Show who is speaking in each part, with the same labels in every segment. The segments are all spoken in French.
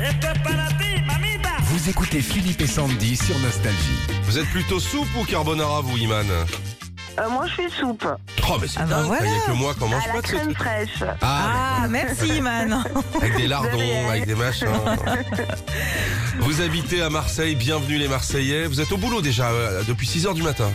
Speaker 1: Esto es para ti, mamita.
Speaker 2: Vous écoutez Philippe et Sandy sur Nostalgie.
Speaker 3: Vous êtes plutôt soupe ou carbonara, vous, Iman
Speaker 4: Euh, moi, je fais soupe
Speaker 3: Oh, mais c'est
Speaker 5: Ah bah
Speaker 3: dingue,
Speaker 5: voilà.
Speaker 3: il y a que moi, comment
Speaker 4: à
Speaker 3: je
Speaker 4: la
Speaker 3: peux
Speaker 4: crème fraîche.
Speaker 3: Ah,
Speaker 5: Ah, merci, Iman.
Speaker 3: avec des
Speaker 4: rien.
Speaker 3: lardons, avec des machins. vous habitez à Marseille, bienvenue les Marseillais. Vous êtes au boulot déjà, euh, depuis 6h du matin.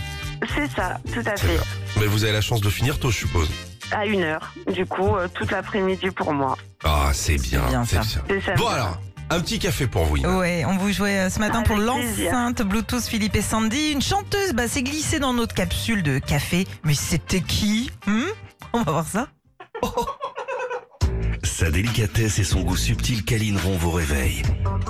Speaker 4: C'est ça, tout à fait.
Speaker 3: Mais vous avez la chance de finir tôt, je suppose.
Speaker 4: À une heure. Du coup, euh, toute l'après-midi pour moi.
Speaker 3: Ah, c'est bien,
Speaker 5: bien,
Speaker 3: c'est
Speaker 5: ça.
Speaker 3: bien.
Speaker 4: C'est ça.
Speaker 3: Bon alors, un petit café pour vous, Iman.
Speaker 5: Ouais, on vous jouait euh, ce matin pour
Speaker 4: Avec plaisir.
Speaker 5: l'enceinte Bluetooth Philippe et Sandy. Une chanteuse bah, s'est glissée dans notre capsule de café. Mais c'était qui hmm On va voir ça.
Speaker 6: Sa délicatesse et son goût subtil câlineront vos réveils.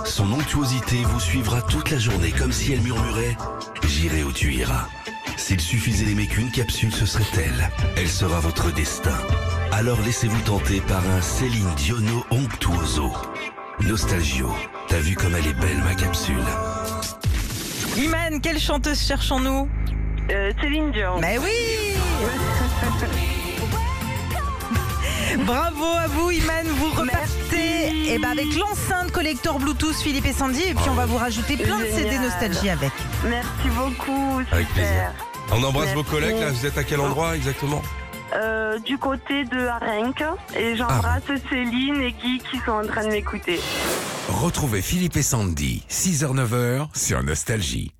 Speaker 6: Son onctuosité vous suivra toute la journée comme si elle murmurait ⁇ J'irai où tu iras ⁇ S'il suffisait d'aimer qu'une capsule, ce serait elle. Elle sera votre destin. Alors laissez-vous tenter par un Céline Diono onctuoso. Nostalgio, t'as vu comme elle est belle ma capsule
Speaker 5: Iman, quelle chanteuse cherchons-nous
Speaker 4: Euh, Céline Dion.
Speaker 5: Mais oui Bravo à vous, Iman. Vous repartez eh ben, avec l'enceinte collector Bluetooth Philippe et Sandy. Et puis, on va vous rajouter plein de CD
Speaker 4: Génial.
Speaker 5: nostalgie avec.
Speaker 4: Merci beaucoup. Super.
Speaker 3: Avec plaisir. On embrasse
Speaker 4: Merci.
Speaker 3: vos collègues, là, vous êtes à quel endroit exactement
Speaker 4: Euh, du côté de Arenque. Et j'embrasse
Speaker 3: Ah.
Speaker 4: Céline et Guy qui sont en train de m'écouter.
Speaker 2: Retrouvez Philippe et Sandy, 6h-9h sur Nostalgie.